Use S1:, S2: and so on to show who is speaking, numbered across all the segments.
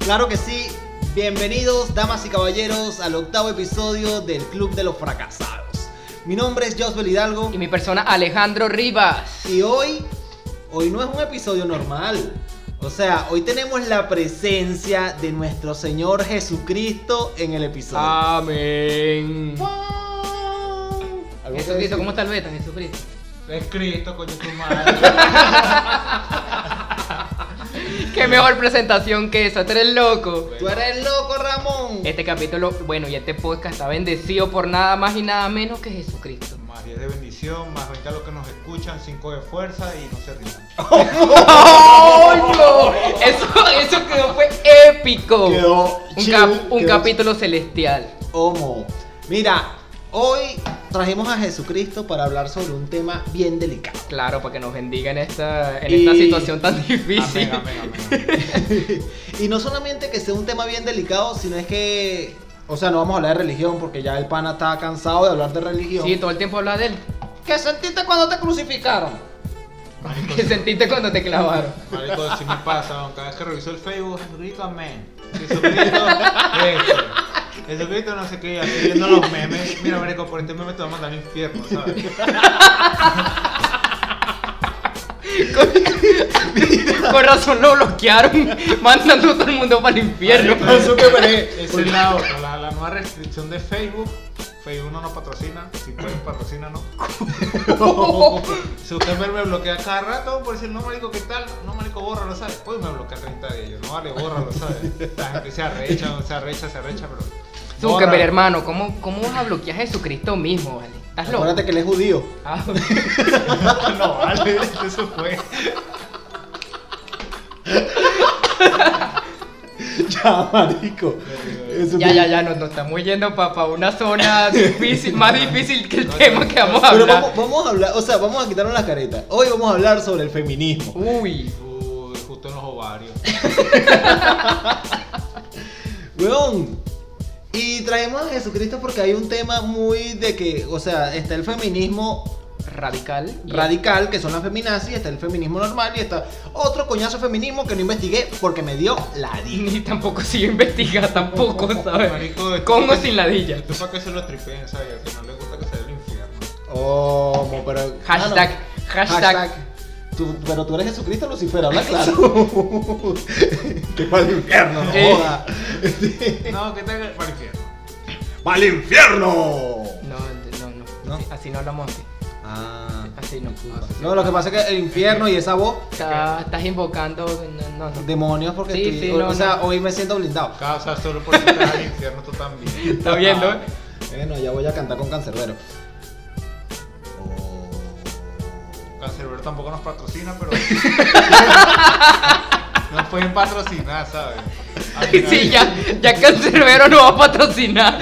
S1: Claro que sí. Bienvenidos, damas y caballeros, al octavo episodio del Club de los Fracasados. Mi nombre es Josbel Hidalgo
S2: Y mi persona Alejandro Rivas.
S1: y hoy, hoy no es un episodio normal. O sea, hoy tenemos la presencia de nuestro Señor Jesucristo en el episodio.
S2: Amén.
S1: ¿Algo que
S2: Jesucristo,
S1: decir?
S2: ¿cómo está el beta, Jesucristo?
S3: Es Cristo, coño, tu madre.
S2: Qué mejor presentación que esa, tú eres loco.
S1: Tú eres loco, Ramón.
S2: Este capítulo, bueno, y este podcast está bendecido por nada más y nada menos que Jesucristo.
S3: más 10 de bendición, más 20 a los que nos escuchan, 5 de fuerza y no se rindan.
S2: ¡Coño! Eso, eso quedó, fue épico.
S1: Quedó
S2: un,
S1: chill,
S2: cap- un
S1: quedó
S2: capítulo celestial.
S1: Homo. Mira, hoy trajimos a Jesucristo para hablar sobre un tema bien delicado.
S2: Claro, para que nos bendiga en esta, en
S1: Y-
S2: esta situación tan difícil.
S3: Amén, amén, amén, amén.
S1: y no solamente que sea un tema bien delicado, sino es que, o sea, no vamos a hablar de religión porque ya el pana está cansado de hablar de religión.
S2: Sí, todo el tiempo habla de él.
S1: ¿Qué sentiste cuando te crucificaron?
S3: Marico,
S2: ¿Qué sentiste cuando te clavaron?
S3: Marico, si me pasa, don, cada vez que reviso el Facebook, Jesucristo, amén. Jesucristo, este. Jesucristo no sé qué, así viendo los memes. Mira, Marico, por este meme te va a mandar al infierno, ¿sabes?
S2: Con razón lo bloquearon, mandando a todo el mundo para el infierno.
S3: Marico,
S1: eso que parece.
S3: Esa es Pues, la otra, la, la nueva restricción de Facebook. Facebook no nos patrocina, si pueden patrocina, no. Si usted me- me bloquea cada rato por decir, no marico, ¿qué tal? No marico, bórralo, ¿sabes? Pues me bloquea 30 de ellos, no vale, bórralo, ¿sabes? La gente se arrecha, se arrecha, se arrecha, pero...
S2: Zuckerberg,
S3: bórralo.
S2: hermano, ¿cómo, ¿cómo vas a bloquear a Jesucristo mismo, vale? ¿Estás loco?
S1: Acuérdate que él es judío.
S2: Ah,
S3: No vale, eso fue.
S1: ya, marico. Eso
S2: ya,
S1: que-
S2: ya, ya, nos, nos estamos yendo para una zona difícil, más difícil que el tema que vamos a
S1: Pero
S2: hablar.
S1: vamos, vamos a hablar, o sea, vamos a quitarnos las caretas. Hoy vamos a hablar sobre el feminismo.
S2: Uy,
S3: Uy, justo en los ovarios.
S1: Weón. Y traemos a Jesucristo porque hay un tema muy de que, o sea, está el feminismo
S2: radical. y-
S1: radical, que son las feminazis, está el feminismo normal y está otro coñazo de feminismo que no investigué porque me dio la di.
S2: Ni tampoco si yo investiga, tampoco, ¿sabes?
S3: Marico, esto-
S2: Con o sin ladilla.
S3: Esto es para que se lo tripeen, ¿sabes? Que no le gusta que sea el infierno.
S1: Oh, mo- pero.
S2: Hashtag,
S1: ah, no.
S2: hashtag.
S1: Tú- pero tú eres Jesucristo Lucifer, habla claro. que para el infierno, no
S2: Eh.
S1: joda.
S3: No, ¿qué tal? Para el infierno.
S1: ¡Para el infierno!
S2: No, no, no,
S1: ¿No?
S2: así- Así no hablamos así.
S1: Ah.
S2: Así no.
S1: No, lo que pasa es que el infierno y esa voz,
S2: Está- estás invocando. No, no, no.
S1: demonios, porque
S2: Sí,
S1: estoy-
S2: sí,
S1: o,
S2: no,
S1: o sea,
S2: no.
S1: hoy me siento blindado.
S3: Casa, solo por estar al infierno tú también.
S2: Está viendo, ¿eh?
S1: Bueno, ya voy a cantar con cancerbero. Oh.
S3: Cancerbero tampoco nos patrocina, pero. nos pueden patrocinar, ¿sabes? Al final-
S2: Sí, ya, ya Cancerbero no va a patrocinar.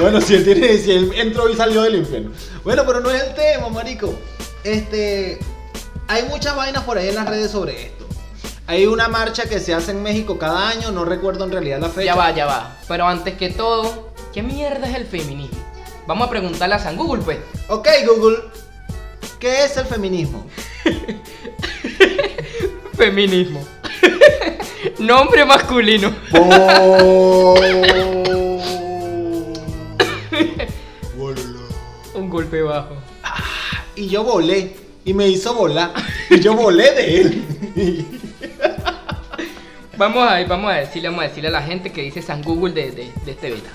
S1: Bueno, si él tiene, si él entró y salió del infierno. Bueno, pero no es el tema, marico. Este, hay muchas vainas por ahí en las redes sobre esto. Hay una marcha que se hace en México cada año, no recuerdo en realidad la fecha.
S2: Ya va, ya va. Pero antes que todo, ¿qué mierda es el feminismo? Vamos a preguntarle a San Google, pues.
S1: Ok, Google, ¿qué es el feminismo?
S2: Feminismo. Nombre masculino. Un golpe bajo.
S1: Y yo volé, y me hizo volar, y yo volé de él.
S2: Vamos a, vamos a decirle, vamos a decirle a la gente que dice San Google de, de- de este beta.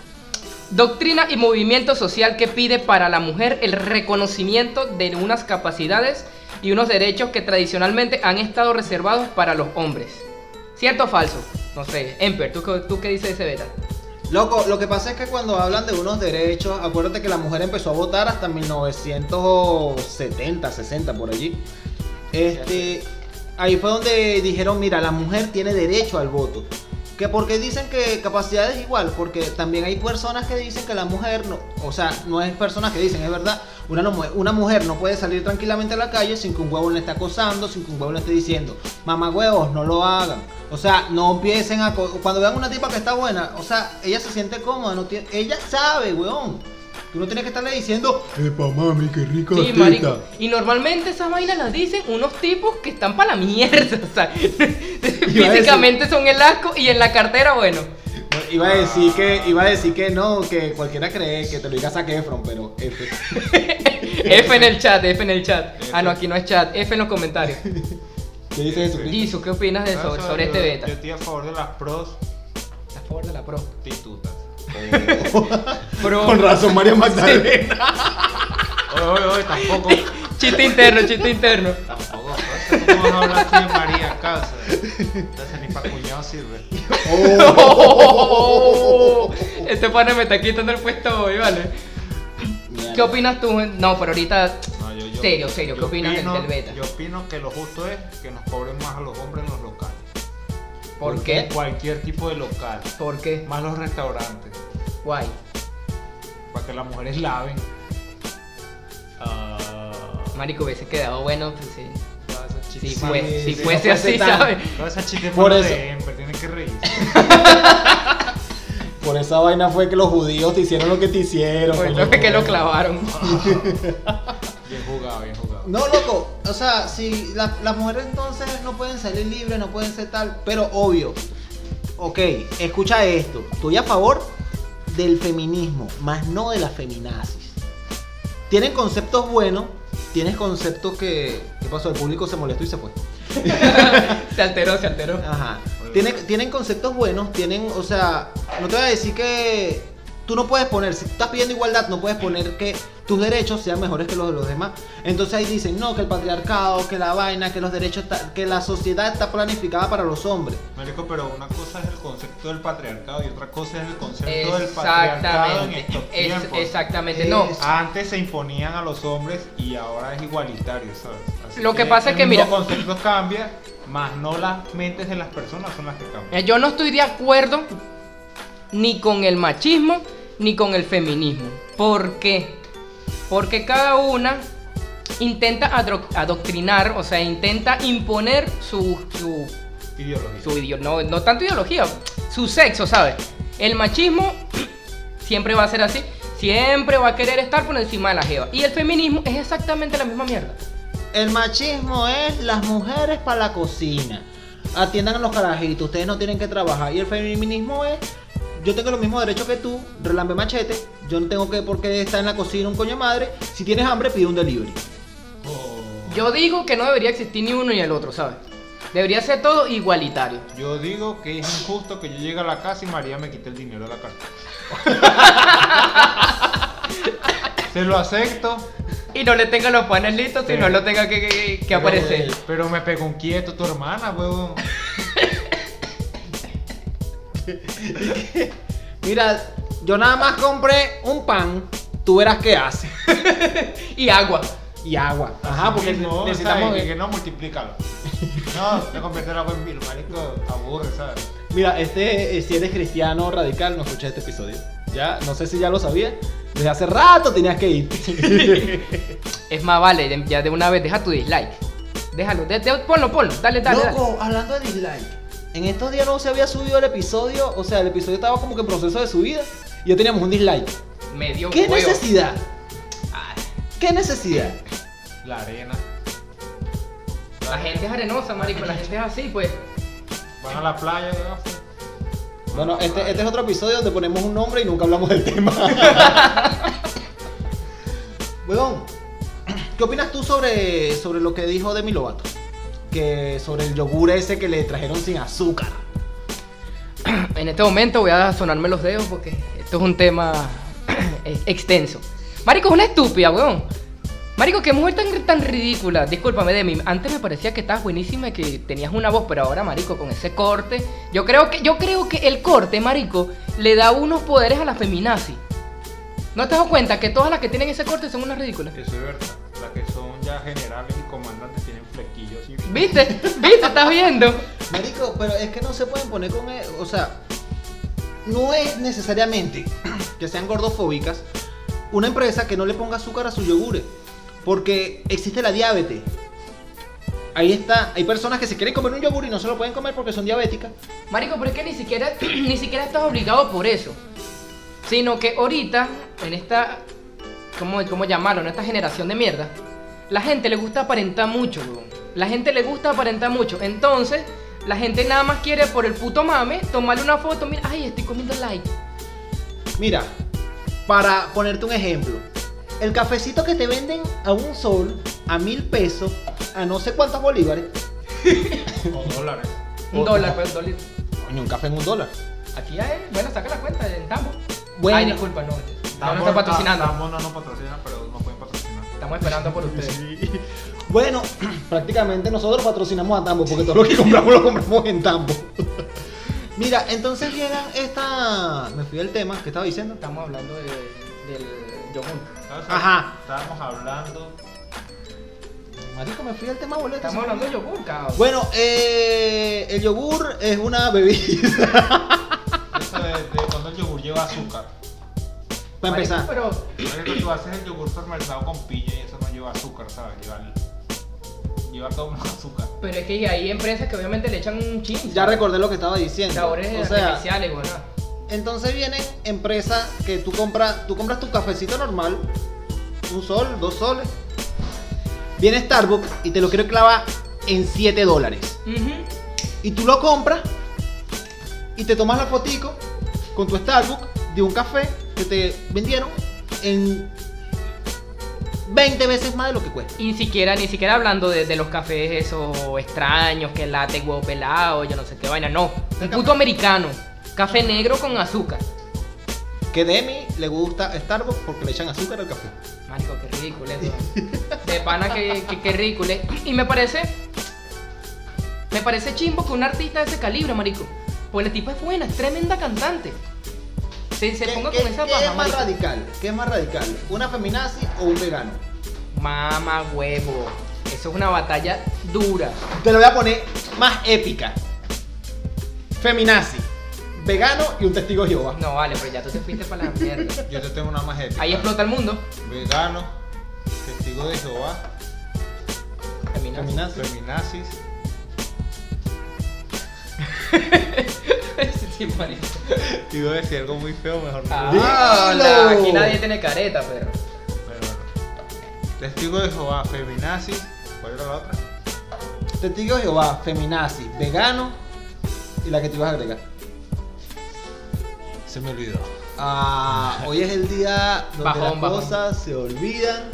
S2: Doctrina y movimiento social que pide para la mujer el reconocimiento de unas capacidades y unos derechos que tradicionalmente han estado reservados para los hombres. ¿Cierto o falso? No sé. Emper, ¿tú, qué- tú qué dices de ese beta?
S1: Loco, lo que pasa es que cuando hablan de unos derechos, acuérdate que la mujer empezó a votar hasta 1970, 60 por allí. Este, ahí fue donde dijeron, mira, la mujer tiene derecho al voto. Que porque dicen que capacidad es igual, porque también hay personas que dicen que la mujer no, o sea, no es personas que dicen, es verdad, una, no mu- una mujer no puede salir tranquilamente a la calle sin que un huevo le esté acosando, sin que un huevo le esté diciendo, mamá huevos, no lo hagan. O sea, no empiecen a... co- Cuando vean una tipa que está buena, o sea, ella se siente cómoda, no tiene, ella sabe, weón. Tú no tienes que estarle diciendo,
S4: Epa, mami, qué rico
S2: Sí, marico. Y normalmente esas vainas las dicen unos tipos que están para la mierda. O sea, físicamente son el asco y en la cartera, bueno.
S1: iba a decir que, iba a decir que no, que cualquiera cree que te lo diga Zac Efron, pero este, F.
S2: F en el chat, F en el chat. Ah, no, aquí no es chat. F en los comentarios.
S1: ¿Qué dices eso?
S2: Liso, ¿qué opinas de sobre, sobre este beta?
S3: Ah, Yo estoy a favor de las
S2: A favor de la pro.
S3: prostitutas.
S2: Pro.
S4: Con razón, María Magdalena.
S3: Oye, oye, oye, tampoco.
S2: Chiste interno, chiste interno.
S3: Tampoco. pues, ¿Cómo vas a hablar aquí de María Casa? Entonces ni para cuñado sirve.
S2: Este pana me está quitando el puesto hoy, ¿vale?
S1: Mierda.
S2: ¿Qué opinas tú? No, pero ahorita.
S3: No, yo- yo-
S2: Serio, serio, ¿qué
S3: yo
S2: opinas del- del beta?
S3: Yo opino que lo justo es que nos cobren más a los hombres en los locales.
S2: ¿Por qué?
S3: Cualquier tipo de local.
S2: ¿Por qué?
S3: Más los restaurantes.
S2: Guay.
S3: Para que las mujeres laven. Ah,
S2: Marico, hubiese quedado bueno. Pues, sí.
S3: todas esas
S2: Si,
S3: chistes
S1: Sí,
S2: fue-
S1: sí,
S2: si
S1: sí,
S2: fuese
S1: no fuese
S2: así,
S1: tan-
S2: ¿sabes?
S3: Todas esas chistes
S1: Por
S3: por
S1: eso-
S3: siempre, tienen que reírse.
S1: Por esa vaina fue que los judíos te hicieron lo que te hicieron.
S2: Por
S1: coño.
S2: eso es que lo clavaron.
S3: Bien jugado, bien jugado.
S1: No, loco, o sea, si la- las mujeres entonces no pueden salir libres, no pueden ser tal, pero obvio. Ok, escucha esto. Estoy a favor del feminismo, más no de las feminazis. Tienen conceptos buenos, tienes conceptos que. ¿Qué pasó? El público se molestó y se fue.
S2: Se alteró, se alteró.
S1: Ajá. Tienen, tienen conceptos buenos, tienen, o sea, no te voy a decir que tú no puedes poner, si estás pidiendo igualdad, no puedes poner que tus derechos sean mejores que los de los demás. Entonces ahí dicen, no, que el patriarcado, que la vaina, que los derechos, ta- que la sociedad está planificada para los hombres.
S3: Marico, pero una cosa es el concepto del patriarcado y otra cosa es el concepto del patriarcado en
S2: Exactamente.
S3: estos
S2: Es-
S3: tiempos.
S2: exactamente. No.
S1: Es-
S3: Antes se imponían a los hombres y ahora es igualitario, ¿sabes? Así
S2: Lo que pasa es que,
S3: el
S2: mira-
S3: mismo concepto cambia, más no las mentes de las personas son las que cambian.
S2: Mira, Eh, Yo no estoy de acuerdo ni con el machismo ni con el feminismo. ¿Por qué? Porque cada una intenta adro- adoctrinar, o sea, intenta imponer su, su,
S3: Ideología.
S2: su ideo- no, no tanto ideología, su sexo, ¿sabes? El machismo siempre va a ser así, siempre va a querer estar por encima de la jeva. Y el feminismo es exactamente la misma mierda.
S1: El machismo es las mujeres para la cocina. Atiendan a los carajitos, ustedes no tienen que trabajar. Y el feminismo es, yo tengo los mismos derechos que tú, relambe machete, yo no tengo que por qué estar en la cocina un coño de madre. Si tienes hambre, pide un delivery.
S3: Oh.
S2: Yo digo que no debería existir ni uno ni el otro, ¿sabes? Debería ser todo igualitario.
S3: Yo digo que es injusto que yo llegue a la casa y María me quite el dinero de la cartera. Se lo acepto,
S2: Y no le tenga los panes listos,
S3: Sí.
S2: sino lo tenga que, que- que aparecer.
S3: pero me pegó un quieto tu hermana, huevón.
S1: Mira, yo nada más compré un pan, tú verás qué hace.
S2: Y agua.
S1: Y agua. Ajá, Ah, porque
S3: Sí, no,
S1: necesitamos...
S3: ¿sabes? Que, que no, multiplícalo. No, no convierte el agua en vino, marico, te aburre, ¿sabes?
S1: Mira, este, eh, si eres cristiano radical, no escuché este episodio. Ya, no sé si ya lo sabías. Desde hace rato tenías que ir.
S2: Es más, vale, de- ya de una vez, deja tu dislike. Déjalo, de, de- ponlo, ponlo, dale, dale, dale.
S1: Loco, hablando de dislike. En estos días no se había subido el episodio, o sea, el episodio estaba como que en proceso de subida y ya teníamos un dislike.
S2: Me dio
S1: ¿Qué
S2: huevo.
S1: necesidad? ¿Qué necesidad?
S3: La arena.
S2: La gente es arenosa, marico, la gente es así, pues.
S3: Van a la playa, ¿verdad?
S1: Bueno, este, este es otro episodio donde ponemos un nombre y nunca hablamos del tema. Weón, ¿qué opinas tú sobre, sobre lo que dijo Demi Lovato? Que sobre el yogur ese que le trajeron sin azúcar.
S2: En este momento voy a sonarme los dedos porque esto es un tema ex- extenso. Marico, es una estúpida, weón. Marico, qué mujer tan, tan ridícula. Discúlpame, Demi. Antes me parecía que estabas buenísima y que tenías una voz, pero ahora, marico, con ese corte. Yo creo que, yo creo que el corte, marico, le da unos poderes a la feminazi. ¿No te has dado cuenta que todas las que tienen ese corte son unas ridículas?
S3: Eso es verdad. Las que son ya generales y comandantes tienen flequillos y...
S2: ¿Viste? ¿Viste? ¿Estás viendo?
S1: Marico, pero es que no se pueden poner con. e- O sea, no es necesariamente que sean gordofóbicas una empresa que no le ponga azúcar a sus yogures. Porque existe la diabetes. Ahí está, hay personas que se quieren comer un yogur y no se lo pueden comer porque son diabéticas.
S2: Marico, pero es que ni siquiera, ni siquiera estás obligado por eso. Sino que ahorita, en esta ¿cómo, cómo llamarlo? ¿no? Esta generación de mierda. La gente le gusta aparentar mucho, weón. La gente le gusta aparentar mucho. Entonces, la gente nada más quiere por el puto mame tomarle una foto. Mira, ay, estoy comiendo like.
S1: Mira, para ponerte un ejemplo, el cafecito que te venden a un sol, a mil pesos, a no sé cuántos bolívares,
S3: O dólares.
S2: Un
S1: Oh,
S2: dólar,
S1: no.
S2: pues, un dólar.
S1: coño, un café en un dólar.
S2: Aquí hay, bueno, saca la cuenta, en Tambo.
S1: Bueno.
S2: Ay, disculpa, no. Ya no está patrocinando.
S3: Tambo no nos patrocina, pero nos pueden patrocinar.
S2: Estamos esperando por ustedes.
S1: Bueno, prácticamente nosotros patrocinamos a Tambo, porque todo lo que compramos lo compramos en Tambo. Mira, entonces llegan esta. Me fui del tema, ¿qué estaba diciendo?
S2: Estamos hablando de, del yogur.
S3: ¿Sabes?
S1: Ajá.
S3: Estábamos hablando.
S1: Marico, me fui del tema, boludo.
S2: Estamos hablando de yogur, cabrón.
S1: Bueno, eh, el yogur es una bebida.
S3: Eso de, de cuando el yogur lleva azúcar.
S1: Para
S2: Marico,
S1: empezar.
S2: Pero,
S3: Pero tú haces el yogur fermentado con piña y eso no lleva azúcar, ¿sabes? Lleva, lleva todo menos azúcar.
S2: pero es que hay empresas que obviamente le echan un chin.
S1: Ya recordé lo que estaba diciendo.
S2: Sabores
S1: o sea,
S2: artificiales, bueno.
S1: entonces vienen empresas que tú compras, tú compras tu cafecito normal, un sol, dos soles. Viene Starbucks y te lo quiero clavar en 7 dólares.
S2: Ujú.
S1: Y tú lo compras y te tomas la fotico con tu Starbucks de un café que te vendieron en 20 veces más de lo que cuesta.
S2: Y ni siquiera, ni siquiera hablando de, de los cafés esos extraños, que late huevo pelado, yo no sé qué vaina, no. Un puto americano. Café negro con azúcar.
S1: Que Demi le gusta Starbucks porque le echan azúcar al café.
S2: Marico, qué ridículo eso. De pana, que, que, qué ridículo. Y me parece. Me parece chimbo que un artista de ese calibre, marico. Pues la tipa es buena, es tremenda cantante. Se, se
S1: ¿Qué-
S2: ponga
S1: qué-
S2: con esa
S1: qué
S2: paja,
S1: es más
S2: marico.
S1: radical? ¿Qué es más radical? ¿Una feminazi o un vegano?
S2: Mama huevo. Eso es una batalla dura.
S1: Te lo voy a poner más épica. Feminazi, vegano y un testigo de Jehová.
S2: No, vale, pero ya tú te fuiste para la mierda.
S3: Yo te tengo una más épica.
S2: Ahí explota el mundo.
S3: Vegano, testigo de Jehová,
S2: Feminazi.
S1: Feminazi.
S3: feminazis.
S2: sí, marico.
S3: Te iba a decir algo muy feo, mejor no.
S2: Este Ah,
S3: lo digo.
S1: Dilo.
S2: la- aquí nadie tiene careta, pero.
S3: Pero bueno. Testigo de Jehová, feminazis. ¿Cuál era la otra?
S1: Testigo de Jehová, feminazi, vegano y la que te ibas a agregar.
S3: Se me olvidó.
S1: Ah, hoy es el día donde
S2: Bajón,
S1: las
S2: bajón.
S1: cosas se olvidan,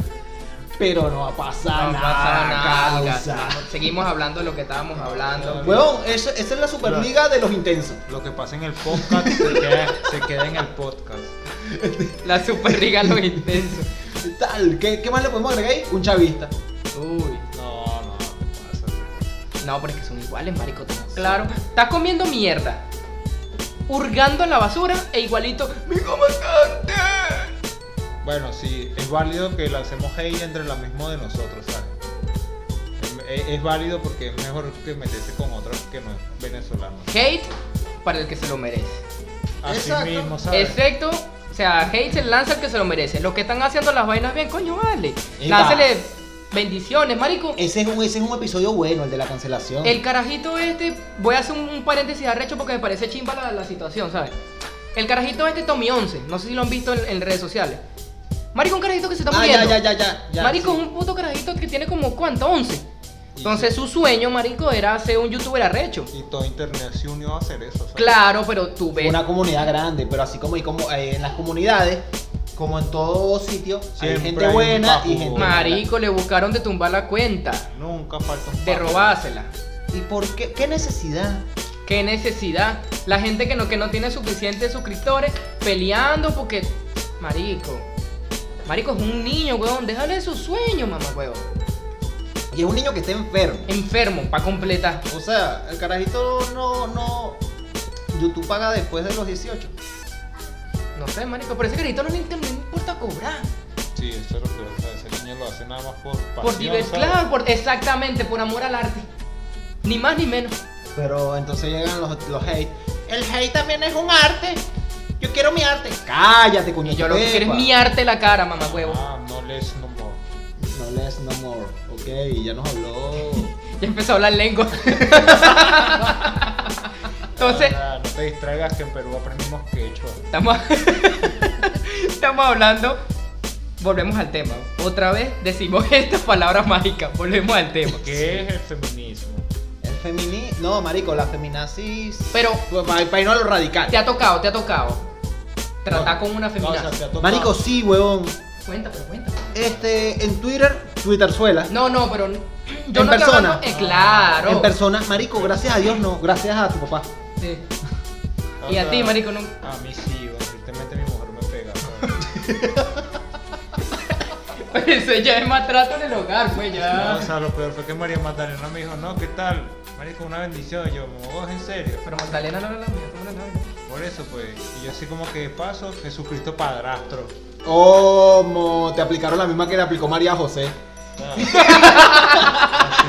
S1: pero no va a pasar
S2: No
S1: nada.
S2: pasa nada,
S1: causa.
S2: causa. Seguimos hablando de lo que estábamos hablando.
S1: Huevón, esa, esa es la Superliga de los intensos.
S3: Lo que pasa en el podcast se, queda, se queda en el podcast.
S2: La Superliga lo intenso.
S1: Tal, ¿qué, qué más le podemos agregar ahí? Un chavista.
S2: Uy.
S3: No, no, no pasa.
S2: No, pero es que son iguales, marico. estamos Claro. Estás comiendo mierda. Hurgando en la basura e igualito. ¡Mi comandante!
S3: Bueno, sí, es válido que lancemos hate entre la misma de nosotros, ¿sabes? Es, es- es válido porque es mejor que meterse con otros que no es venezolano.
S2: Hate para el que se lo merece.
S3: Así
S1: Exacto.
S3: mismo, ¿sabes?
S2: Excepto, o sea, hate se lanza al que se lo merece. Los que están haciendo las vainas bien, coño, vale.
S1: Epa.
S2: Láncele bendiciones, marico.
S1: Ese es, un, ese es un episodio bueno, el de la cancelación.
S2: El carajito este, voy a hacer un, un paréntesis arrecho porque me parece chimba la, la situación, ¿sabes? El carajito este Tommy 11, no sé si lo han visto en, en redes sociales. Marico, un carajito que se está
S1: ah, ya,
S2: muriendo.
S1: ya, ya, ya, ya,
S2: marico,
S1: sí.
S2: es un puto carajito que tiene como, ¿cuánto? 11. Entonces su sueño, marico, era ser un youtuber arrecho.
S3: Y todo internet se unió a hacer eso, ¿sabes?
S2: Claro, pero tú
S3: Pues,
S2: ves.
S1: Una comunidad grande, pero así como, y como eh, en las comunidades, como en todo sitio, hay
S3: Siempre
S1: gente
S3: hay un
S1: buena y
S3: bajo.
S1: gente mala.
S2: Marico, le buscaron de tumbar la cuenta,
S3: Nunca falta un
S2: de
S3: papo.
S2: robársela.
S1: ¿Y por qué? ¿Qué necesidad?
S2: Qué necesidad. La gente que no, que no tiene suficientes suscriptores peleando porque. Marico. Marico es un niño, weón. Déjale su sueño, mamá, weón.
S1: Y es un niño que está enfermo.
S2: Enfermo, para completar.
S1: O sea, el carajito no, no. YouTube paga después de los 18.
S2: No sé, marico. Pero ese carito no le inter- no le importa cobrar.
S3: Sí, eso es lo peor, ¿sabes? Ese niño lo hace nada más por pasión,
S2: por diversión.
S3: ¿sabes?
S2: Claro, por- exactamente, por amor al arte. Ni más ni menos.
S1: Pero entonces llegan los, los hate. El hate también es un arte. Yo quiero mi arte. Cállate, coño.
S2: Y yo lo que quiero es miarte la cara, mamá, huevo.
S3: Ah, no les no more.
S1: No less, no more. Ok, ya nos habló.
S2: Ya empezó a hablar lengua. Entonces,
S3: Ah, no te distraigas que en Perú aprendimos quechua.
S2: Estamos, estamos hablando volvemos al tema. Otra vez decimos estas palabras mágicas. Volvemos al tema.
S3: ¿Qué es el feminismo?
S1: El femini... No, marico, la feminazis...
S2: Pero
S1: Para irnos a lo radical.
S2: te ha tocado, te ha tocado. Tratar
S3: No,
S2: con una
S3: No, o
S2: feminazi.
S3: sea, te ha tocado.
S1: Marico, sí, huevón.
S2: Cuenta, pero cuenta.
S1: Este, en Twitter, Twitterzuela.
S2: No, no, pero yo no
S1: En
S2: estoy
S1: persona.
S2: hablando- eh, claro.
S1: En persona, marico, gracias a Dios no, gracias a tu papá.
S2: Sí.
S3: O
S2: Y a
S3: sea,
S2: ti, marico, no.
S3: A mí sí, evidentemente mi mujer me pega. ¿sabes?
S2: Eso ya es maltrato en el hogar, pues
S3: No,
S2: ya.
S3: o sea, lo peor fue que María Magdalena me dijo, no, ¿qué tal? Marico, una bendición. Yo, vos, en serio.
S2: Pero Magdalena no era la mía, ¿cómo era la mía?
S3: Por eso, pues. Y yo así como que paso, Jesucristo padrastro.
S1: Como te aplicaron la misma que le aplicó María José.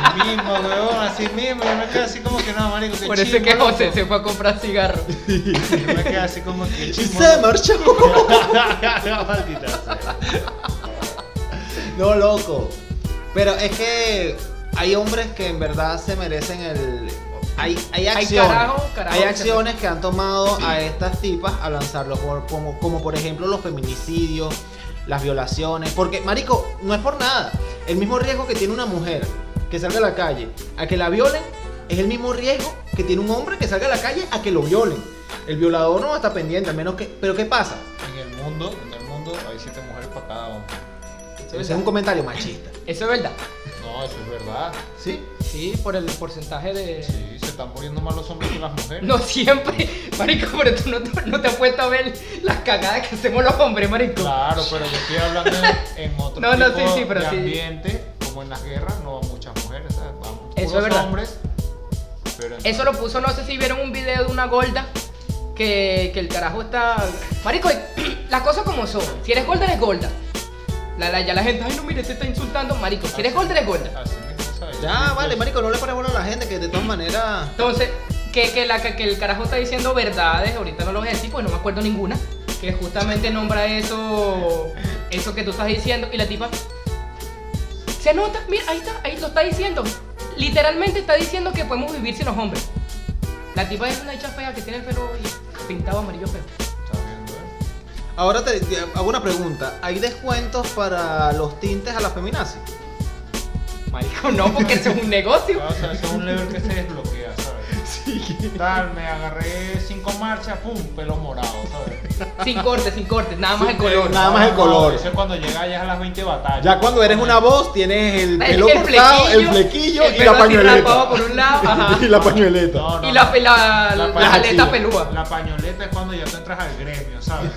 S3: Así mismo, weón, así mismo. Yo me quedé así como que no, marico, que
S2: Por eso es que
S3: chimbo,
S2: José se fue a comprar cigarros.
S3: loco. Yo me quedé así como que
S1: Y
S3: chimbo,
S1: se
S3: loco.
S1: marchó.
S3: Maldita sea.
S1: No, loco. Pero es que hay hombres que en verdad se merecen el. Hay, hay
S2: Hay
S1: acciones.
S2: carajo, carajo
S1: hay
S2: que se
S1: acciones que han tomado a estas tipas a lanzarlos. Como, como, como por ejemplo los feminicidios, las violaciones. Porque, marico, no es por nada. El mismo riesgo que tiene una mujer que salga a la calle a que la violen es el mismo riesgo que tiene un hombre que salga a la calle a que lo violen. El violador no está pendiente, a menos que. Pero ¿qué pasa?
S3: En el mundo, en el mundo hay siete mujeres para cada hombre.
S1: Ese es un comentario machista.
S2: Eso es verdad.
S3: No, eso es verdad.
S1: ¿Sí?
S2: Sí, por el porcentaje de.
S3: Sí, se están poniendo más los hombres que las mujeres.
S2: No siempre, marico, pero tú no te, no te has puesto a ver las cagadas que hacemos los hombres, marico.
S3: Claro, pero yo estoy hablando en- en otro
S2: No, no,
S3: tipo
S2: sí, sí, pero
S3: de
S2: sí.
S3: ambiente, como en las guerras, no van muchas mujeres, ¿sabes? Van
S2: Eso
S3: puros
S2: es verdad.
S3: hombres. Pero
S2: Eso lo puso, no sé si vieron un video de una gorda que, que el carajo está. Marico, las cosas como son. Si eres gorda, eres gorda. La, la- ya la gente, ay, no, mire, te está insultando, marico. Si eres gorda, eres gorda.
S3: Así mismo, ¿sabes?
S1: Ya, vale, marico, no le pares bueno a la gente, que de todas maneras.
S2: Entonces, que, que la, que, que el carajo está diciendo verdades, ahorita no lo voy a decir, pues no me acuerdo ninguna. Que justamente nombra eso, eso que tú estás diciendo. Y la tipa. Se nota, mira, ahí está, ahí lo está diciendo. Literalmente está diciendo que podemos vivir sin los hombres. La tipa es una hecha fea que tiene el pelo pintado amarillo feo.
S3: Está viendo, ¿eh?
S1: Ahora te, te hago una pregunta. ¿Hay descuentos para los tintes a la feminazi?
S2: Marico, no, porque eso es un negocio.
S3: O sea, eso es un level que se desbloquea, ¿sabes? Tal, me agarré cinco marchas, pum, pelo morado, ¿sabes?
S2: Sin corte, sin corte, nada más el color.
S1: Nada más el color.
S3: Eso es cuando llegas ya a las 20 batallas.
S1: Ya cuando eres una voz tienes el
S2: El,
S1: pelo
S2: el
S1: cortado,
S2: flequillo,
S1: el flequillo
S2: el
S1: y
S2: pelo
S1: la
S2: así
S1: pañoleta.
S2: rapado por un lado, ajá.
S4: y la pañueleta.
S3: No, no,
S2: Y la,
S3: no.
S2: la, la,
S3: pañoleta.
S2: aleta pelúa.
S3: La pañoleta es cuando ya te entras al gremio, ¿sabes?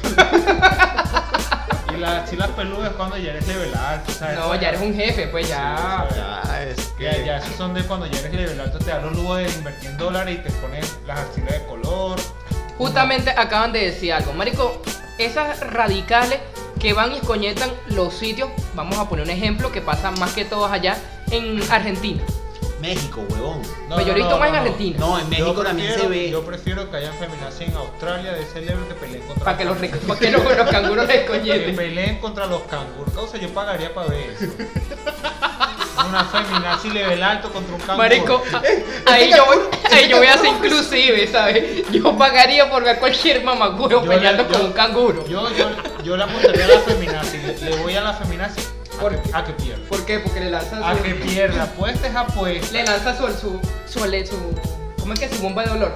S3: y la chila peluda es cuando ya eres level alto, ¿sabes?
S2: No, ya eres un jefe, pues ya.
S3: Sí,
S1: Ya, es
S3: Ya,
S1: que-
S3: ya, esos son de cuando ya eres level alto, te dan los lujos de invertir en dólares y te pones las axilas de color.
S2: Justamente acaban de decir algo. Marico, esas radicales que van y escoñetan los sitios, vamos a poner un ejemplo que pasa más que todos allá en Argentina.
S1: México, huevón.
S2: Pero Pues yo he visto más en Argentina.
S1: No, en México
S3: Yo
S1: también se
S3: prefiero-
S1: ve.
S3: Yo prefiero que haya feminazis en Australia de ese level que peleen contra
S2: Para que los, ricos- para que los, los canguros les
S3: Que
S2: escoñeten.
S3: peleen contra los canguros. O sea, yo pagaría para ver eso. Una feminazi level alto contra un canguro.
S2: Marico, a-
S3: este
S2: ahí yo voy, ahí yo voy a ser inclusive, ¿sabes? Yo pagaría por ver cualquier mamagüero
S3: Yo
S2: peleando
S3: la-
S2: con
S3: yo-
S2: un canguro.
S3: Yo, yo, yo la apuntaría a la feminazi. Le, le voy a la feminazi a,
S2: ¿Por
S3: que-
S2: qué?
S3: a que pierda.
S2: ¿Por qué? Porque le lanzan
S3: A
S2: su,
S3: que pierda. Apuestas, apuestas.
S2: le lanza su, su, su, ale- su- ¿cómo es que? Su bomba de dolor.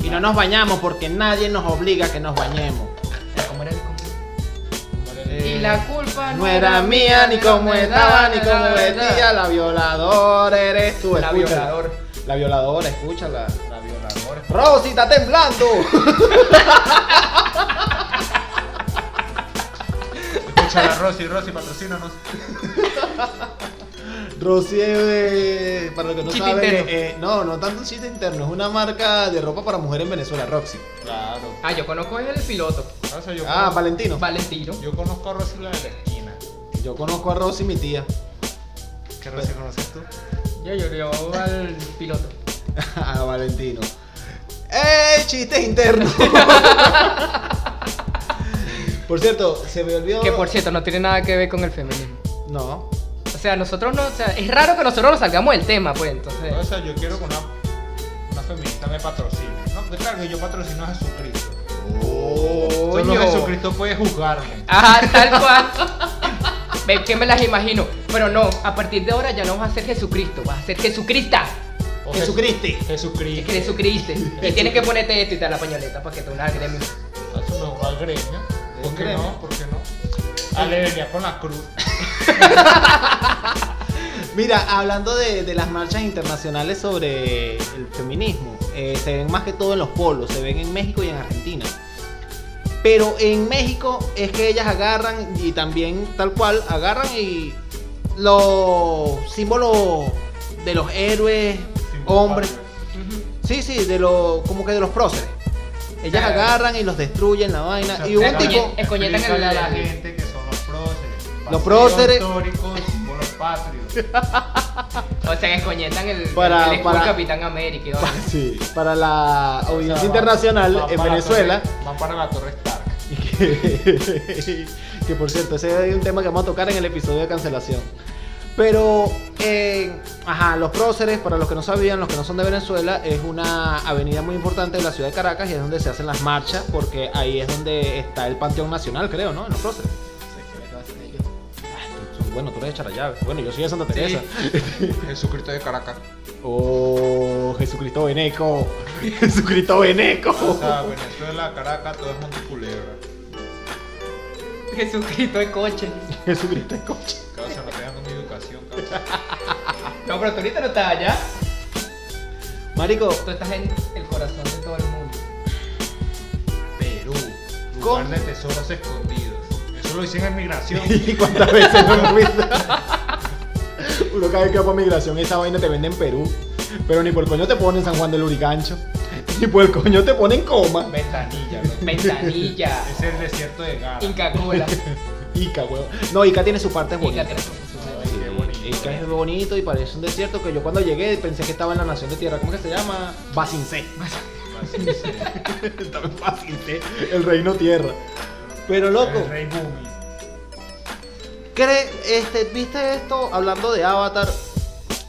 S1: Y no nos bañamos porque nadie nos obliga a que nos bañemos.
S2: ¿Cómo era el cómo?
S1: Eh,
S2: Y la culpa
S1: No era mía, ni como estaba, ni como vestía. La violadora eres tú,
S2: La
S1: escúchala.
S2: violadora.
S1: La violadora, escúchala.
S3: La violadora.
S1: Rosy está temblando.
S3: Escucha a Rosy, Rosy, patrocínanos.
S1: Rosy, eh, para los que no
S2: Chiste
S1: saben,
S2: interno.
S1: eh, no, no tanto un chiste interno, es una marca de ropa para mujeres en Venezuela, Roxy.
S3: Claro.
S2: Ah, yo conozco es el piloto,
S3: O sea, yo,
S1: Ah,
S3: conozco,
S1: Valentino.
S2: Valentino.
S3: yo conozco a Rosy la de la esquina. Pues,
S1: Yo conozco a Rosy, mi tía.
S3: ¿Qué Rosy conoces tú?
S2: Yo, yo, yo al piloto.
S1: a Ah, Valentino. ¡Eh! Chistes internos. por cierto, se me olvidó.
S2: Que por cierto, no tiene nada que ver con el feminismo.
S1: No.
S2: O sea, nosotros no, o sea, es raro que nosotros nos salgamos del tema, pues entonces.
S3: O sea, yo quiero que una, una feminista me patrocine. No, claro que yo patrocino a Jesucristo. Solo
S2: Coño.
S3: Jesucristo puede juzgarme.
S2: Ajá, tal cual. ¿Ves que me las imagino? Pero no, a partir de ahora ya no vas a ser Jesucristo, vas a ser Jesucrista.
S3: O
S1: Jesucristo.
S3: Jesu-
S2: Es
S3: Jesucristo.
S2: que Jesucristo. Y tienes que ponerte esto y tal la pañoleta para que te unas al gremio.
S3: Hazme un al gremio. ¿Por qué
S1: gremio.
S3: no? ¿Por qué no? Ah, le venía con la cruz.
S1: Mira, hablando de, de las marchas internacionales sobre el feminismo, eh, se ven más que todo en los polos, se ven en México y en Argentina. Pero en México es que ellas agarran y también tal cual, agarran y los símbolos de los héroes, hombres, sí, sí, de los, como que de los próceres. Ellas
S2: Claro.
S1: agarran y los destruyen la vaina.
S3: Eh, O sea, eh,
S1: y hubo un
S2: claro.
S1: tipo,
S2: Escoñetan
S3: explícale
S2: el-
S3: a la gente que son los próceres.
S1: Los próceres.
S3: históricos con los patrios.
S2: O sea, que coñetan el,
S1: Para-
S2: el escudo
S1: para-
S2: Capitán América. y vaina.
S1: sí, para la
S3: O sea,
S1: audiencia
S3: van-
S1: internacional
S3: van
S1: en
S3: para la
S1: Venezuela.
S3: torre- van para la Torre Stark.
S1: Y que, que, por cierto, ese es un tema que vamos a tocar en el episodio de cancelación. Pero, eh, ajá, los próceres, para los que no sabían, los que no son de Venezuela, es una avenida muy importante de la ciudad de Caracas y es donde se hacen las marchas, porque ahí es donde está el Panteón Nacional, creo, ¿no? En los próceres. Bueno, tú eres de Charallave. Bueno, yo soy de Santa Teresa.
S3: Jesucristo de Caracas.
S1: Oh, Jesucristo Beneco. Jesucristo Beneco.
S3: O sea, Venezuela, Caracas, todo el mundo culebra.
S2: Jesucristo de coche.
S1: Jesucristo de coche.
S3: Causa, no tengan mi educación, causa.
S2: No, pero tú ahorita no estás allá.
S1: Marico,
S2: Tú estás en el corazón de todo el mundo.
S3: Perú, lugar
S1: ¿Cómo?
S3: de tesoros escondidos. Eso lo dicen en migración.
S1: ¿Y cuántas veces no hemos visto? Uno cada vez que va por migración esa vaina te vende en Perú. Pero ni por el coño te ponen San Juan del Urigancho. Ni por el coño te ponen coma.
S3: Ventanilla, ¿no?
S2: Ventanilla.
S3: Es el desierto de Gara.
S2: Inca Cola.
S1: Ica, huevo. No, Ica tiene su parte
S2: Inca
S1: bonita.
S3: Ay, qué bonito.
S1: Ica es bonito y parece un desierto que yo cuando llegué pensé que estaba en la nación de tierra. ¿Cómo que se llama? Basincé.
S3: Así es, eh.
S1: Estaba en Basincé, el reino tierra. Pero loco.
S3: El rey Bumi.
S1: ¿cree- este, ¿Viste esto hablando de Avatar?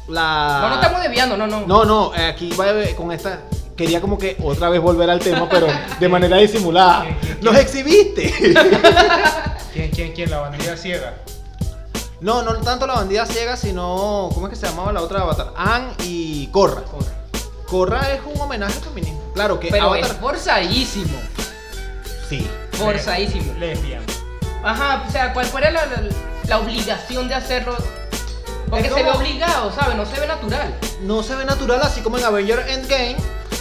S1: La...
S2: No, no estamos desviando, no, no.
S1: No, no, eh, aquí va eh, con esta. Quería como que otra vez volver al tema, pero de manera disimulada. ¡Nos exhibiste!
S3: ¿Quién, quién, quién? La bandida ciega.
S1: No, no tanto la bandida ciega, sino. ¿Cómo es que se llamaba la otra de Avatar? Ann y Corra. Corra es un homenaje al feminismo. Claro que
S2: Pero es
S1: Avatar.
S2: forzadísimo.
S1: Sí.
S2: Forzadísimo.
S3: Lesbian.
S2: Ajá, o sea, ¿cuál fuera la, la- la obligación de hacerlo? Porque
S1: Es
S2: se ve
S1: como-
S2: obligado, ¿sabes? No se ve natural.
S1: No se ve natural, así como en Avenger Endgame.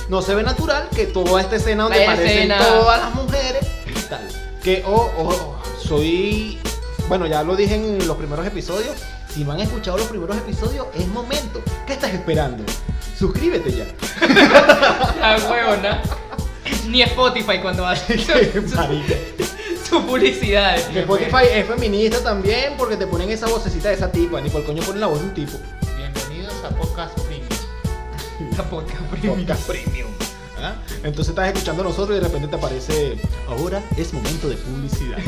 S1: No se ve natural que toda esta escena donde
S2: Vaya
S1: aparecen
S2: escena.
S1: todas las mujeres. Tal. Que, oh, oh, soy. Bueno, ya lo dije en los primeros episodios. Si no han escuchado los primeros episodios, es momento. ¿Qué estás esperando? Suscríbete ya.
S2: La huevona. Ni Spotify cuando hace su, su-
S1: Marica.
S2: su publicidad.
S1: Que Spotify es feminista también porque te ponen esa vocecita de esa tipa. Ni por coño ponen la voz de un tipo.
S3: Bienvenidos a Podcast Premium.
S2: Tampoco,
S1: Podcast premium. ¿Ah? Entonces estás escuchando a nosotros y de repente te aparece. Ahora es momento de publicidad.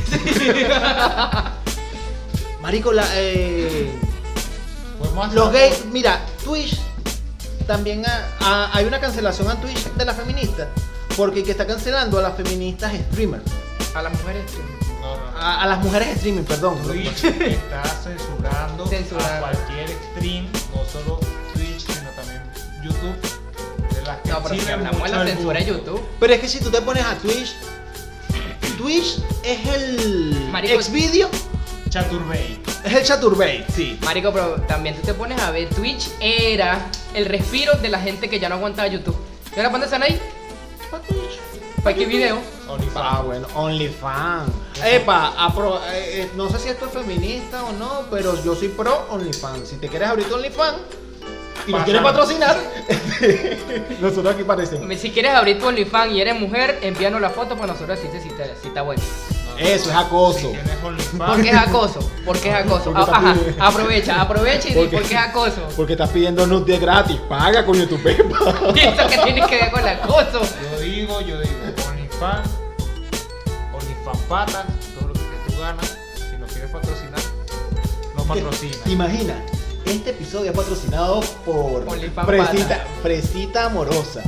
S1: Marico, la, eh,
S3: Podemos hacer
S1: los
S3: algo-
S1: gays. Mira, Twitch también ha- ha- hay una cancelación a Twitch de las feministas. Porque que está cancelando a las feministas streamers.
S2: A las mujeres. sí.
S3: No, no,
S2: Ah,
S3: no.
S1: A, a las mujeres streaming, perdón.
S3: Twitch está censurando,
S2: Censurando.
S3: a cualquier stream, no solo Twitch, sino también YouTube. De las que
S2: No, pero si
S3: exhiben
S2: hablamos de
S3: mucho
S2: la
S3: al
S2: censura de
S3: mundo.
S2: YouTube.
S1: Pero es que si tú te pones a Twitch, Twitch es el
S2: Marico.
S1: Xvideo,
S3: Chaturbey.
S1: es el Chaturbate, sí.
S2: Marico, pero también tú te pones a ver, Twitch era el respiro de la gente que ya no aguantaba YouTube. ¿Y ahora cuándo están ahí? ¿Para qué video?
S1: Ah,
S3: OnlyFans.
S1: bueno, OnlyFans. Epa, apro- eh, eh, no sé si esto es feminista o no, pero yo soy pro OnlyFans. Si te quieres abrir tu OnlyFans y nos
S3: Pásalo.
S1: quieres patrocinar, nosotros aquí parecemos.
S2: Si quieres abrir tu OnlyFans y eres mujer, envíanos la foto para nosotros decirte si, te- si está bueno.
S3: No, no.
S1: Eso es acoso.
S3: Si tienes OnlyFans,
S2: ¿Por qué es acoso? ¿Por qué es acoso?
S1: Porque
S2: Ah, ajá,
S1: también-
S2: aprovecha, aprovecha y di
S1: Porque-
S2: por qué es acoso.
S1: Porque estás pidiendo nude de gratis. Paga, coño, tu pepa.
S2: Pienso que tiene que ver con el acoso.
S3: Yo digo, yo digo, OnlyFans, OnlyFans patas, todo lo que tú ganas. Si nos quieres patrocinar, nos patrocina.
S1: Imagina, este episodio es patrocinado por
S2: OnlyFans
S1: Fresita,
S2: Pata.
S1: Fresita Amorosa.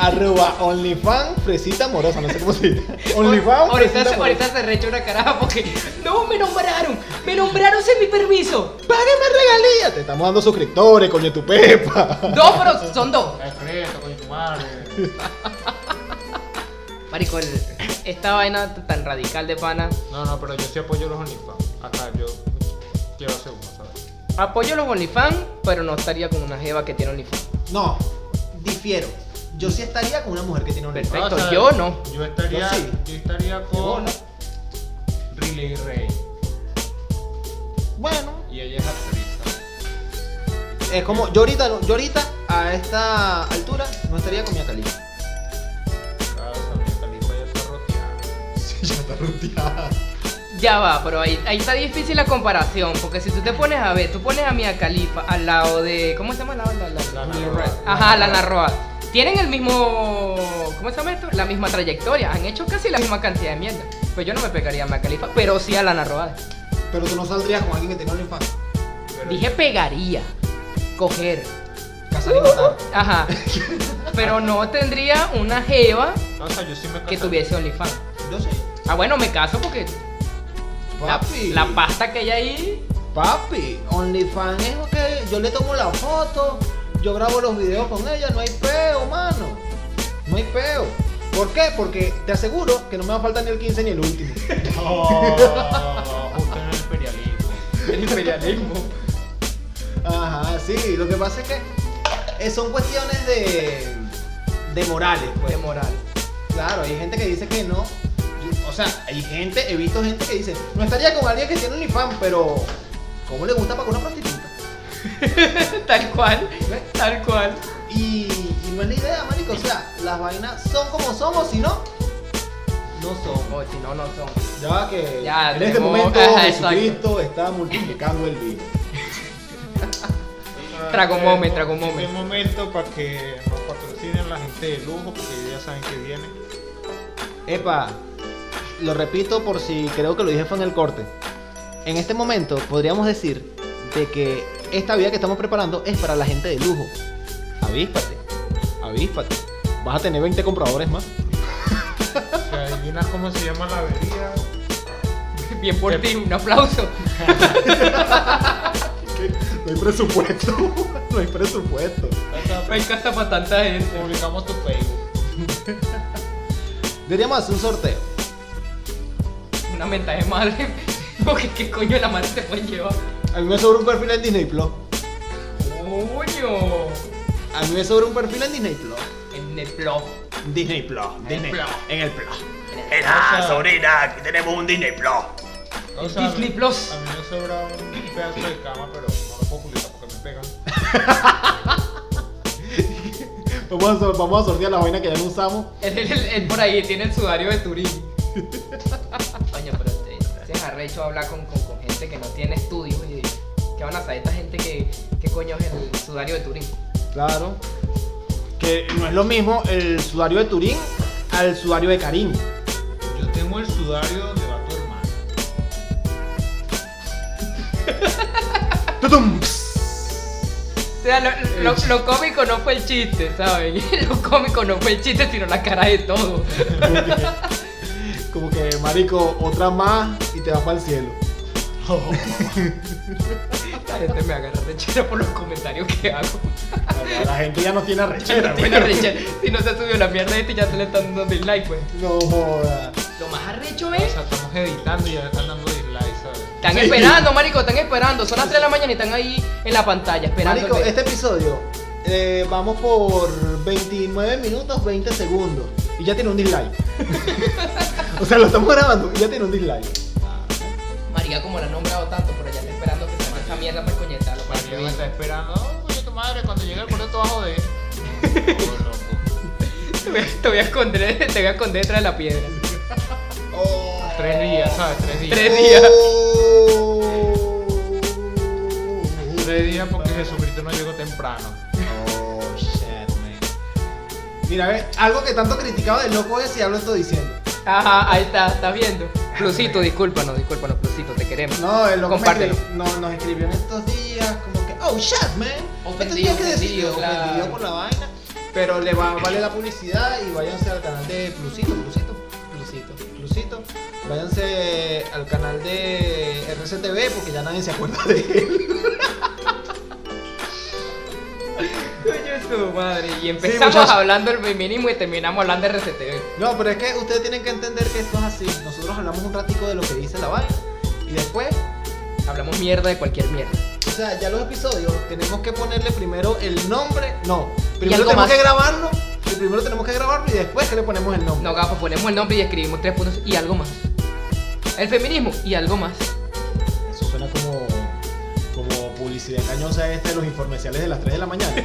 S1: Arroba OnlyFan Fresita Morosa, no sé cómo se dice. OnlyFan
S2: Ahorita,
S1: Fresita
S2: se- ahorita
S1: Morosa.
S2: se recha una caraja porque. ¡No! ¡Me nombraron! ¡Me nombraron sin mi permiso!
S1: Págame regalías. Te estamos dando suscriptores, coño tu pepa.
S2: Dos, pero son dos.
S3: Secreto, coño, tu madre.
S2: Marico, el- esta vaina tan radical de pana.
S3: No, no, pero yo sí apoyo los OnlyFans. Acá yo quiero hacer uno, ¿sabes?
S2: Apoyo los OnlyFans, pero no estaría con una jeva que tiene OnlyFans.
S1: No, difiero. Yo sí estaría con una mujer que tiene OnlyFans.
S2: Perfecto, yo no.
S3: Yo estaría,
S1: Yo sí.
S3: yo estaría
S1: ¿Y vos,
S3: con
S1: no?
S3: Riley Rey.
S1: Bueno,
S3: Y ella es actriz. ¿sabes?
S1: es como yo ahorita, no- yo ahorita a esta altura no estaría con mi califa.
S3: Claro, Sabrina Califa ya está roteada.
S4: Ya está ruteada.
S2: Ya va, pero ahí, ahí está difícil la comparación. Porque si tú te pones a ver, tú pones a Mia Khalifa al lado de. ¿Cómo se llama la la- la-
S3: Lana
S2: Julia
S3: Roa.
S2: Roberts? Ajá, Lana Roa. Tienen el mismo. ¿Cómo se llama esto? La misma trayectoria. Han hecho casi la misma cantidad de mierda. Pues yo no me pegaría a Mia Khalifa, pero sí a Lana Roa.
S1: Pero tú no saldrías con alguien que tiene OnlyFans.
S3: Pero
S2: Dije pegaría. Coger. Uh.
S1: Casar y matar.
S2: Ajá. Pero no tendría una jeva
S3: No, o sea, yo sí me
S2: que
S3: casaría.
S2: tuviese OnlyFans.
S1: Yo sí.
S2: Ah, bueno, me caso porque la,
S1: Papi.
S2: la pasta que hay ahí.
S1: Papi, OnlyFans es ok, yo le tomo la foto, yo grabo los videos con ella, no hay peo, mano. No hay peo. ¿Por qué? Porque te aseguro que no me va a faltar ni el 15 ni el último.
S3: Oh, justo en el imperialismo.
S2: El imperialismo.
S1: Ajá, sí, lo que pasa es que eh, son cuestiones de, de morales, pues.
S2: De moral.
S1: Claro, hay gente que dice que no. Yo- o sea, hay gente, he visto gente que dice, no estaría con alguien que tiene OnlyFans, pero ¿cómo le gusta para una prostituta?
S2: tal cual. Tal cual.
S1: Y, y no es la idea, marico. O sea, las vainas son como somos, si no, no somos.
S2: O Oh, si no, no son.
S1: Ya que
S2: Ya,
S1: en este
S2: tenemos-
S1: momento
S2: ajá,
S1: Jesucristo está multiplicando el vino.
S2: Tragomome, tragomome.
S3: moment. Es Este, momento para que nos patrocinen la gente de lujo, porque ya saben que viene.
S1: Epa, lo repito por si creo que lo dije fue en el corte. En este momento podríamos decir de que esta vida que estamos preparando es para la gente de lujo. Avíspate, avíspate. Vas a tener 20 compradores más.
S3: Si adivinas cómo se llama la bebida,
S2: Bien por ti, un aplauso.
S4: No hay presupuesto. No hay presupuesto.
S2: Me casa para tanta gente.
S3: pues, publicamos tu Facebook.
S1: Deberíamos hacer un sorteo.
S2: Una menta de madre. Porque qué coño de la madre te pueden llevar.
S1: A mí me sobra un perfil en Disney Plus.
S2: Coño.
S1: A mí me sobra un perfil en Disney Plus.
S2: En el blog.
S1: Disney Plus. Disney
S2: Plus.
S1: En el Plus.
S3: Ah,
S5: sobrina, aquí tenemos un Disney Plus.
S2: Disney Plus.
S3: A mí me sobra un pedazo de cama, pero no lo puedo publicar porque me pegan.
S1: Vamos a, vamos a sortear la vaina que ya no usamos.
S2: Él, él- él- él por ahí tiene el sudario de Turín. Coño, pero te, se es arrecho hablar con, con, con gente que no tiene estudios y que van a saber esta gente que, que coño es el sudario de Turín.
S1: Claro. Que no es lo mismo el sudario de Turín al sudario de Karim.
S3: Yo tengo el sudario donde va tu hermana.
S1: ¡Tutum!
S2: O sea, lo, lo- lo cómico no fue el chiste, ¿saben? Lo cómico no fue el chiste, sino la cara de todo.
S1: Como que, marico, otra más y te vas para el cielo.
S2: La gente me agarra rechera por los comentarios que hago.
S1: La, la gente ya no tiene arrechera.
S2: Tiene
S1: pues.
S2: arrechera. Si no se subió la mierda este, ya se le están dando dislike, pues.
S1: No joda.
S2: Lo más arrecho ¿eh?
S3: O
S2: es
S3: sea, estamos editando y ya le están dando dislike, ¿sabes?
S2: Están esperando, marico, están esperando. Son las 3 de la mañana y están ahí en la pantalla esperando.
S1: Marico,
S2: el de-
S1: este episodio eh, vamos por 29 minutos 20 segundos y ya tiene un dislike. o sea, lo estamos grabando y ya tiene un dislike.
S2: Marica, como la han nombrado tanto, pero ya está esperando que salga esta mierda para coñetarlo. Para
S3: María
S2: que
S3: me está
S2: venga.
S3: esperando. Oh, coño, tu madre, cuando llegue el boleto bajo de. Oh, loco.
S2: Te voy a- te voy a esconder, te voy a esconder detrás de la piedra.
S3: Tres días, ¿sabes? Tres días.
S2: Tres días.
S1: Oh.
S3: Tres días porque Jesucristo no llegó temprano.
S1: Oh, shit, man. Mira, a ver, algo que tanto criticaba del loco es si hablo esto diciendo.
S2: Ajá, ahí está, estás viendo. Plusito, discúlpanos, discúlpanos, Plusito, te queremos.
S1: No, el loco me
S2: Compártelo.
S1: escri- no, nos escribió en estos días como que, oh, shit, man.
S2: Ofendido,
S1: Estos días que
S2: ofendido,
S1: decidió,
S2: claro.
S1: ofendido por la vaina. Pero le va, vale la publicidad y váyanse al canal de Plusito, Plusito,
S2: Lucito.
S1: Plusito. Váyanse al canal de RCTV porque ya nadie se acuerda de él.
S2: Coño, su madre. Y empezamos
S1: muchachos.
S2: hablando del feminismo y terminamos hablando de RCTV.
S1: No, pero es que ustedes tienen que entender que esto es así. Nosotros hablamos un ratico de lo que dice la vaina y después
S2: Hablamos mierda de cualquier mierda.
S1: O sea, ya los episodios tenemos que ponerle primero el nombre. No, primero
S2: algo
S1: tenemos
S2: más.
S1: que grabarlo. y Primero tenemos que grabarlo y después que le ponemos el nombre.
S2: No, gapo, ponemos el nombre y escribimos tres puntos y algo más. El feminismo y algo más.
S4: Eso suena como, como publicidad engañosa esta de los informenciales de las 3 de la mañana.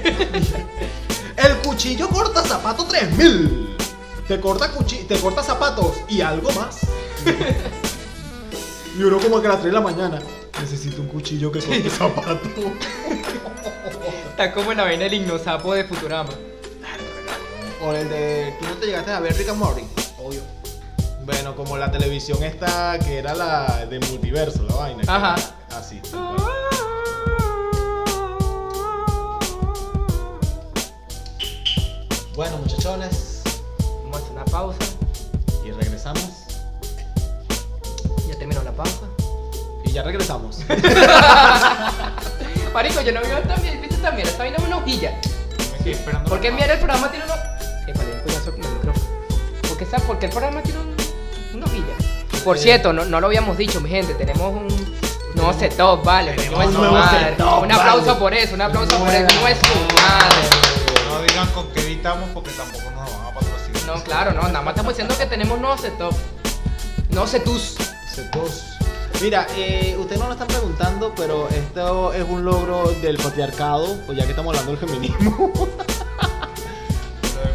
S1: El cuchillo corta zapato 3000.
S4: te, corta cuchi- te corta zapatos y algo más. Y uno como que a las 3 de la mañana. Necesito un cuchillo que corte zapatos.
S2: Está como la vaina del ignosapo de Futurama.
S1: O el de. Tú no te llegaste a ver Rick and Morty. Obvio.
S4: Bueno, como la televisión esta que era la de multiverso, la vaina. que
S2: Ajá.
S4: era Así.
S1: Bueno, muchachones.
S2: Vamos a hacer una pausa.
S4: Y regresamos.
S2: Ya terminó la pausa.
S1: Y ya regresamos.
S2: Marico, yo no veo esta mierda, viste esta mierda, esta vaina es una hojilla.
S3: Me estoy esperando.
S2: ¿Por qué
S3: la-
S2: mierda el programa tiene una... Épale, un coñazo con el micrófono. ¿Por qué, ¿Por qué el programa tiene un- una hojilla? Eh. Por cierto, no, no lo habíamos dicho, mi gente, tenemos un... No se top, vale. coño,
S4: Tenemos
S2: es su
S4: nuevo
S2: madre.
S4: setup,
S2: Un aplauso
S4: vale.
S2: por eso, un aplauso por eso. No es su madre.
S3: No digan con qué editamos porque tampoco nos van a patrocinar.
S2: No, claro, no, nada más estamos diciendo que tenemos nuevos setup. No sé tus.
S1: Cepos.
S4: Mira, eh, ustedes no lo están preguntando, pero esto es un logro del patriarcado, pues ya que estamos hablando del feminismo.
S3: Lo de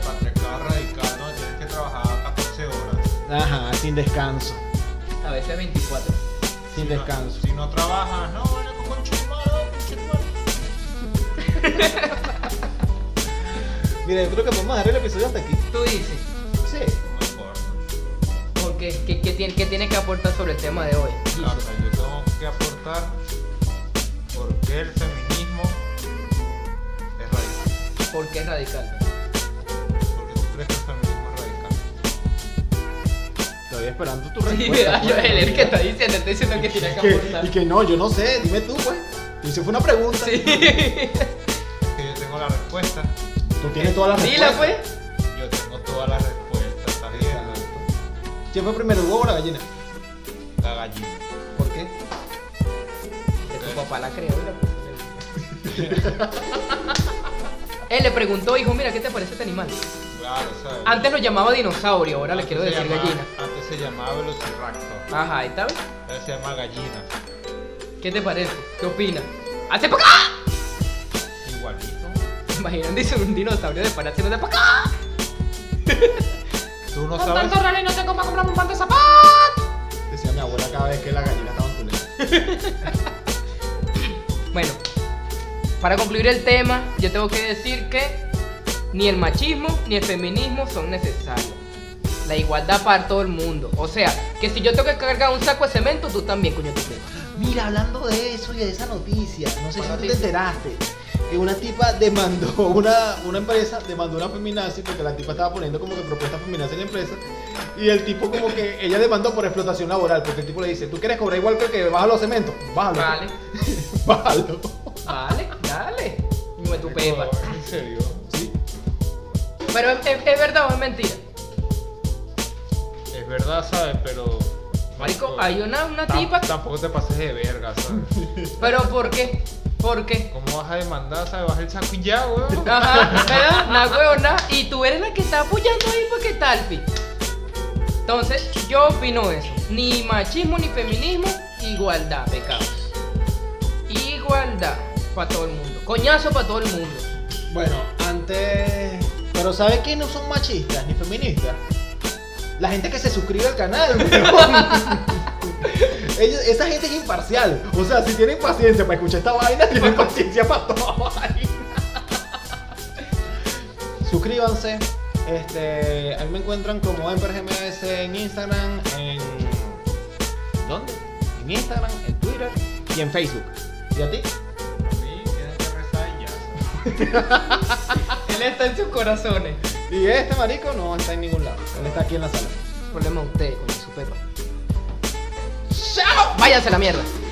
S3: patriarcado radical, ¿no? Tienes que trabajar 14 horas.
S4: Ajá, sin descanso.
S2: A veces 24.
S4: Sin
S3: Si no-
S4: descanso.
S3: Si no trabajas, no, vale, con conchetumare, conchetumare.
S4: Mira, yo creo que podemos dejar el episodio hasta aquí.
S2: Tú dices,
S4: Sí.
S3: Mejor.
S2: ¿por qué? ¿Qué, qué tiene, qué tiene que aportar sobre el tema de hoy?
S3: Claro, yo tengo que aportar por qué el feminismo es radical.
S2: ¿Por qué es radical?
S3: Porque tú crees que el feminismo es radical.
S4: Estoy esperando tu
S2: Sí,
S4: respuesta.
S2: mira, yo, él es el que está
S4: pues.
S2: diciendo, está diciendo que tiene que
S4: Que- y
S2: aportar.
S4: que no, yo no sé, dime tú, pues. Y si fue una pregunta,
S2: Sí.
S3: Que yo tengo la respuesta.
S4: tú tienes todas las
S2: Dila,
S4: respuestas.
S2: pues.
S3: Yo tengo todas las respuestas, ¿estás viendo?
S4: ¿Quién fue primero, huevo o la gallina?
S3: La gallina.
S1: ¿Por qué?
S2: Que tu papá la creó y la puso en el- Él le preguntó, hijo, mira, ¿qué te parece este animal?
S3: Claro, ¿sabes?
S2: Antes lo llamaba dinosaurio, ahora le
S3: Antes
S2: quiero
S3: se
S2: decir
S3: llamaba-
S2: gallina.
S3: Antes se llamaba Velociraptor.
S2: Ajá, ¿está bien?
S3: Ahora se llama gallina.
S2: ¿Qué te parece? ¿Qué opinas? ¡Hace poco!
S3: Igualito.
S2: Imaginan, dice un dinosaurio de pana haciendo de acá.
S3: Tú no sabes.
S2: rally no tengo para comprar un par de zapatos.
S4: Decía mi abuela cada vez que la gallina estaba en tu leche.
S2: Bueno, para concluir el tema, yo tengo que decir que ni el machismo ni el feminismo son necesarios. La igualdad para todo el mundo. O sea, que si yo tengo que cargar un saco de cemento, tú también, coño, tú prima.
S1: Mira, hablando de eso y de esa noticia, no sé si tú
S2: ¿Cuál
S1: te
S2: noticia?
S1: enteraste.
S4: Que una tipa demandó, una, una empresa demandó una feminazi porque la tipa estaba poniendo como que propuesta feminazi en la empresa. Y el tipo como que ella demandó por explotación laboral, porque el tipo le dice, ¿tú quieres cobrar igual que el que baja los cementos? Bájalo.
S2: Vale,
S4: Bájalo.
S2: vale, dale. No es tu pepa.
S3: En serio.
S4: Sí.
S2: Pero es, es- es verdad o es mentira.
S3: Es verdad, ¿sabes? Pero.
S2: Marico, hay una, una
S3: Tam-
S2: tipa.
S3: Tampoco te pases de verga, ¿sabes?
S2: Pero ¿por qué? ¿Por qué?
S3: ¿Cómo vas a demandar, sabes? Baja el saco y ya, weón.
S2: Ajá, ¿verdad? Una huevona. Y tú eres la que está apoyando ahí porque tal, pi. Entonces, yo opino eso. Ni machismo ni feminismo, igualdad, pecados. Igualdad para todo el mundo. Coñazo para todo el mundo.
S1: Bueno, antes. Pero ¿sabes que no son machistas ni feministas? La gente que se suscribe al canal, weón. Ellos- Esa gente es imparcial.
S4: O sea, si tienen paciencia para escuchar esta vaina, tienen paciencia para toda vaina.
S1: Suscríbanse. Este, ahí me encuentran como EmperGMS en Instagram, en. ¿Dónde? En Instagram, en Twitter y en Facebook. ¿Y a ti?
S3: A mí, tienes que rezar y ya, ¿sabes?
S2: El Él está en sus corazones.
S1: Y este marico no está en ningún lado. Él está aquí en la sala.
S2: Problema de ustedes con su pepa. ¡Chao! Váyanse a la mierda.